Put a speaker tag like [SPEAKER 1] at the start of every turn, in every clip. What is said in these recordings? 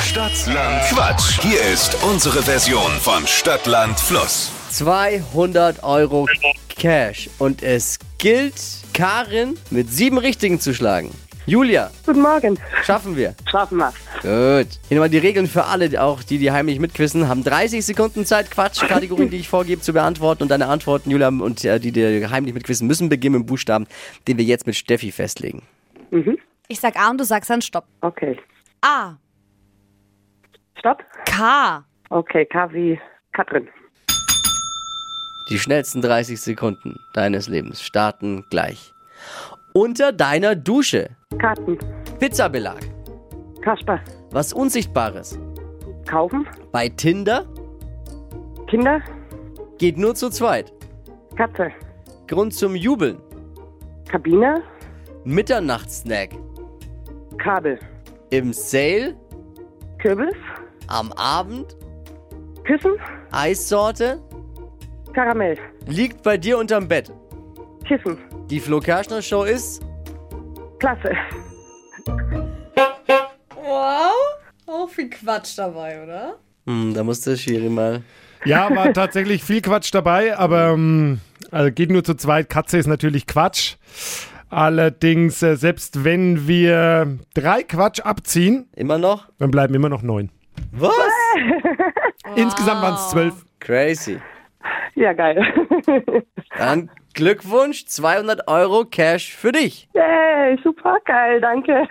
[SPEAKER 1] Stadtland Quatsch. Hier ist unsere Version von Stadtland Fluss.
[SPEAKER 2] 200 Euro Cash. Und es gilt, Karin mit sieben Richtigen zu schlagen. Julia,
[SPEAKER 3] Guten Morgen.
[SPEAKER 2] schaffen wir.
[SPEAKER 3] Schaffen wir.
[SPEAKER 2] Gut. Hier nochmal die Regeln für alle, auch die, die heimlich mitquissen, haben 30 Sekunden Zeit, Quatsch, Kategorien, die ich vorgebe, zu beantworten. Und deine Antworten, Julia, und äh, die, die heimlich mitquissen, müssen beginnen mit dem Buchstaben, den wir jetzt mit Steffi festlegen.
[SPEAKER 4] Ich sag A und du sagst dann Stopp.
[SPEAKER 3] Okay.
[SPEAKER 4] A.
[SPEAKER 3] Stopp.
[SPEAKER 4] K.
[SPEAKER 3] Okay, K wie Katrin.
[SPEAKER 2] Die schnellsten 30 Sekunden deines Lebens starten gleich. Unter deiner Dusche.
[SPEAKER 3] Karten.
[SPEAKER 2] Pizzabelag.
[SPEAKER 3] Kasper.
[SPEAKER 2] Was Unsichtbares.
[SPEAKER 3] Kaufen.
[SPEAKER 2] Bei Tinder
[SPEAKER 3] Kinder.
[SPEAKER 2] geht nur zu zweit.
[SPEAKER 3] Katze.
[SPEAKER 2] Grund zum Jubeln.
[SPEAKER 3] Kabine.
[SPEAKER 2] Mitternachtssnack.
[SPEAKER 3] Kabel.
[SPEAKER 2] Im Sale.
[SPEAKER 3] Kürbis.
[SPEAKER 2] Am Abend.
[SPEAKER 3] Küssen.
[SPEAKER 2] Eissorte.
[SPEAKER 3] Karamell.
[SPEAKER 2] Liegt bei dir unterm Bett.
[SPEAKER 3] Kissen.
[SPEAKER 2] Die Flo Kerschner Show ist
[SPEAKER 3] Klasse.
[SPEAKER 4] Wow. Auch viel Quatsch dabei, oder?
[SPEAKER 2] Hm, da musste Schiri mal.
[SPEAKER 5] Ja, war tatsächlich viel Quatsch dabei, aber ähm, also geht nur zu zweit. Katze ist natürlich Quatsch. Allerdings, äh, selbst wenn wir drei Quatsch abziehen,
[SPEAKER 2] Immer noch?
[SPEAKER 5] dann bleiben immer noch neun.
[SPEAKER 2] Was?
[SPEAKER 5] Insgesamt waren es zwölf.
[SPEAKER 2] Crazy.
[SPEAKER 3] Ja, geil.
[SPEAKER 2] Dann Glückwunsch, 200 Euro Cash für dich.
[SPEAKER 3] Yay, super geil, danke.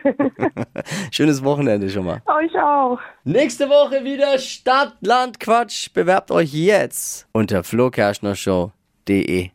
[SPEAKER 2] Schönes Wochenende schon mal.
[SPEAKER 3] Euch auch.
[SPEAKER 2] Nächste Woche wieder Stadt, Land, Quatsch. Bewerbt euch jetzt unter flokerschnershow.de.